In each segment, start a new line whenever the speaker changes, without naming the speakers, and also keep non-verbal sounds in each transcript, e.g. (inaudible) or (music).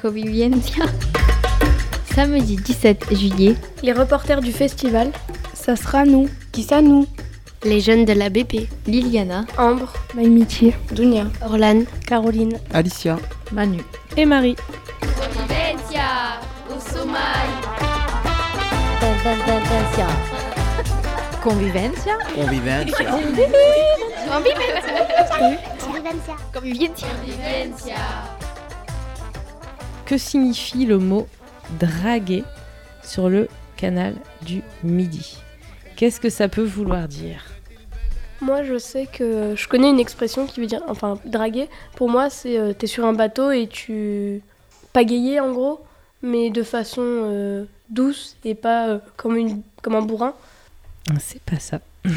Covivientia. Samedi 17 juillet,
Les reporters du festival,
Ça sera nous. Qui ça nous
Les jeunes de la BP,
Liliana,
Ambre,
Maïmitié,
Dunia.
Orlan,
Caroline.
Alicia,
Manu.
Et Marie.
Convivencia.
Convivencia.
Covivientia.
Que signifie le mot draguer sur le canal du Midi Qu'est-ce que ça peut vouloir dire
Moi, je sais que je connais une expression qui veut dire, enfin, draguer. Pour moi, c'est euh, t'es sur un bateau et tu pagayais en gros, mais de façon euh, douce et pas euh, comme une comme un bourrin.
Ah, C'est pas ça. (laughs)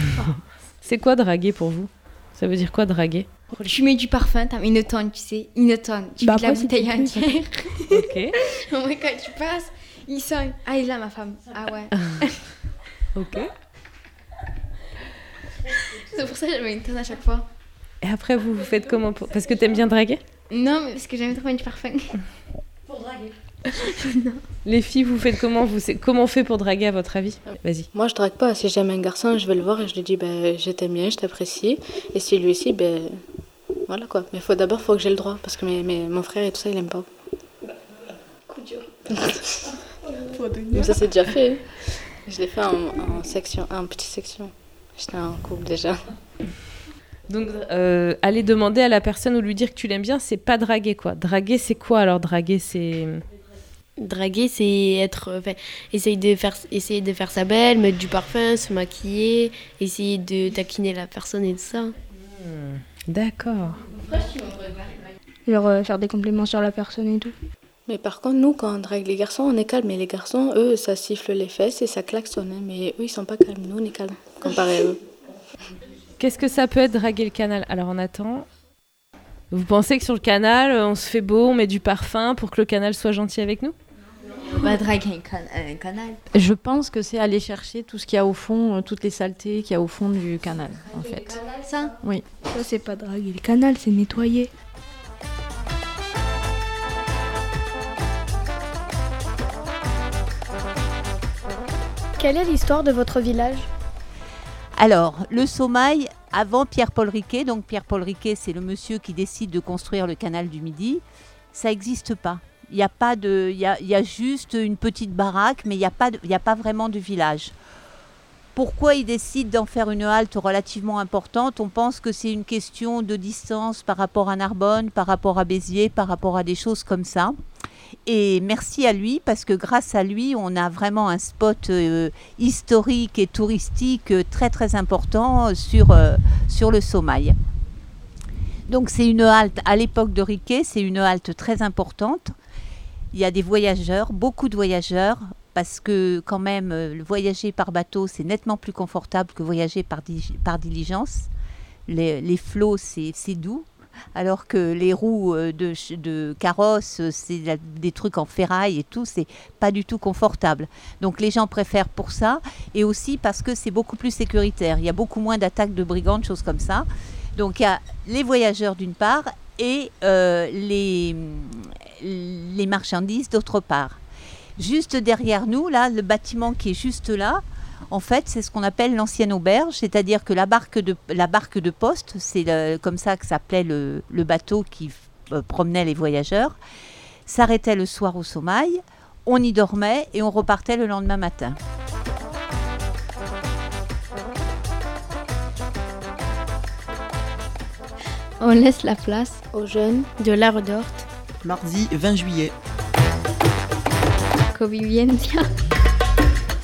C'est quoi draguer pour vous Ça veut dire quoi draguer
Tu mets du parfum, t'as une tonne, tu sais, une tonne. Tu
Bah
mets de la
après, c'est
bouteille
tout fait,
entière. (laughs)
Ok.
Moi, quand tu passes, il sent. Ah, il est là, ma femme. Ah ouais.
Ok.
C'est pour ça que j'avais une tonne à chaque fois.
Et après, vous vous faites comment pour- Parce que t'aimes bien draguer
Non, mais parce que j'aime trop mettre du parfum.
Les filles, vous faites comment vous, c'est- Comment on fait pour draguer à votre avis Vas-y.
Moi, je drague pas. Si j'aime un garçon, je vais le voir et je lui dis ben, Je t'aime bien, je t'apprécie. Et si lui aussi, ben. Voilà quoi. Mais faut, d'abord, faut que j'ai le droit. Parce que mes, mes- mon frère et tout ça, il aime pas. (laughs) Coup dur. ça, c'est déjà fait. hein. Je l'ai fait en, en section, en petite section. J'étais en couple déjà.
Donc, euh, aller demander à la personne ou lui dire que tu l'aimes bien, c'est pas draguer quoi. Draguer, c'est quoi alors Draguer, c'est.
draguer, c'est être, euh, enfin, essayer de faire, essayer de faire sa belle, mettre du parfum, se maquiller, essayer de taquiner la personne et tout ça.
D'accord.
Genre euh, faire des compliments sur la personne et tout.
Mais par contre, nous, quand on drague les garçons, on est calme. Et les garçons, eux, ça siffle les fesses et ça klaxonne. hein. Mais eux, ils sont pas calmes. Nous, on est calmes comparé à eux.
Qu'est-ce que ça peut être draguer le canal Alors on attend. Vous pensez que sur le canal, euh, on se fait beau, on met du parfum pour que le canal soit gentil avec nous
On va draguer euh, un, can- un canal.
Je pense que c'est aller chercher tout ce qu'il y a au fond, euh, toutes les saletés qu'il y a au fond du canal, en fait.
Ça
Ça, c'est pas draguer le canal, c'est nettoyer.
Quelle est l'histoire de votre village
Alors, le Sommeil, avant Pierre-Paul Riquet, donc Pierre-Paul Riquet, c'est le monsieur qui décide de construire le canal du Midi, ça n'existe pas. Il n'y a pas de, il y a, il y a juste une petite baraque, mais il n'y a, pas de- il y a pas vraiment de village. Pourquoi il décide d'en faire une halte relativement importante On pense que c'est une question de distance par rapport à Narbonne, par rapport à Béziers, par rapport à des choses comme ça. Et merci à lui, parce que grâce à lui, on a vraiment un spot euh, historique et touristique euh, très très important euh, sur, euh, sur le Somail. Donc c'est une halte, à l'époque de Riquet, c'est une halte très importante. Il y a des voyageurs, beaucoup de voyageurs, parce que quand même, euh, le voyager par bateau, c'est nettement plus confortable que voyager par, dig- par diligence. Les, les flots, c'est c'est doux, alors que les roues euh, de, ch- de carrosse, euh, c'est la- des trucs en ferraille et tout, c'est pas du tout confortable. Donc les gens préfèrent pour ça et aussi parce que c'est beaucoup plus sécuritaire. Il y a beaucoup moins d'attaques de brigands, de choses comme ça. Donc il y a les voyageurs d'une part et euh, les, les marchandises d'autre part. Juste derrière nous, là, le bâtiment qui est juste là, en fait, c'est ce qu'on appelle l'ancienne auberge, c'est-à-dire que la barque de, la barque de poste, c'est le- comme ça que s'appelait le, le bateau qui euh, promenait les voyageurs, s'arrêtait le soir au sommeil, on y dormait et on repartait le lendemain matin.
On laisse la place.
Aux jeunes,
De l'art d'orte,
Mardi 20 juillet.
Covivientia.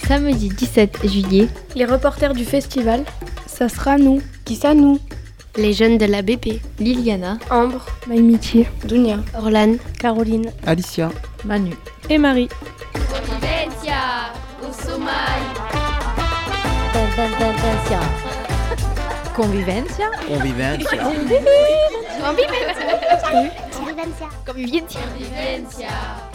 Samedi 17 juillet,
Les reporters du festival,
Ça sera nous.
Qui ça nous
les jeunes de la BP,
Liliana,
Ambre,
Maïmitié,
Dunia.
Orlan,
Caroline.
Alicia,
Manu.
Et Marie
Convivencia.
Convivencia.
Covivientia.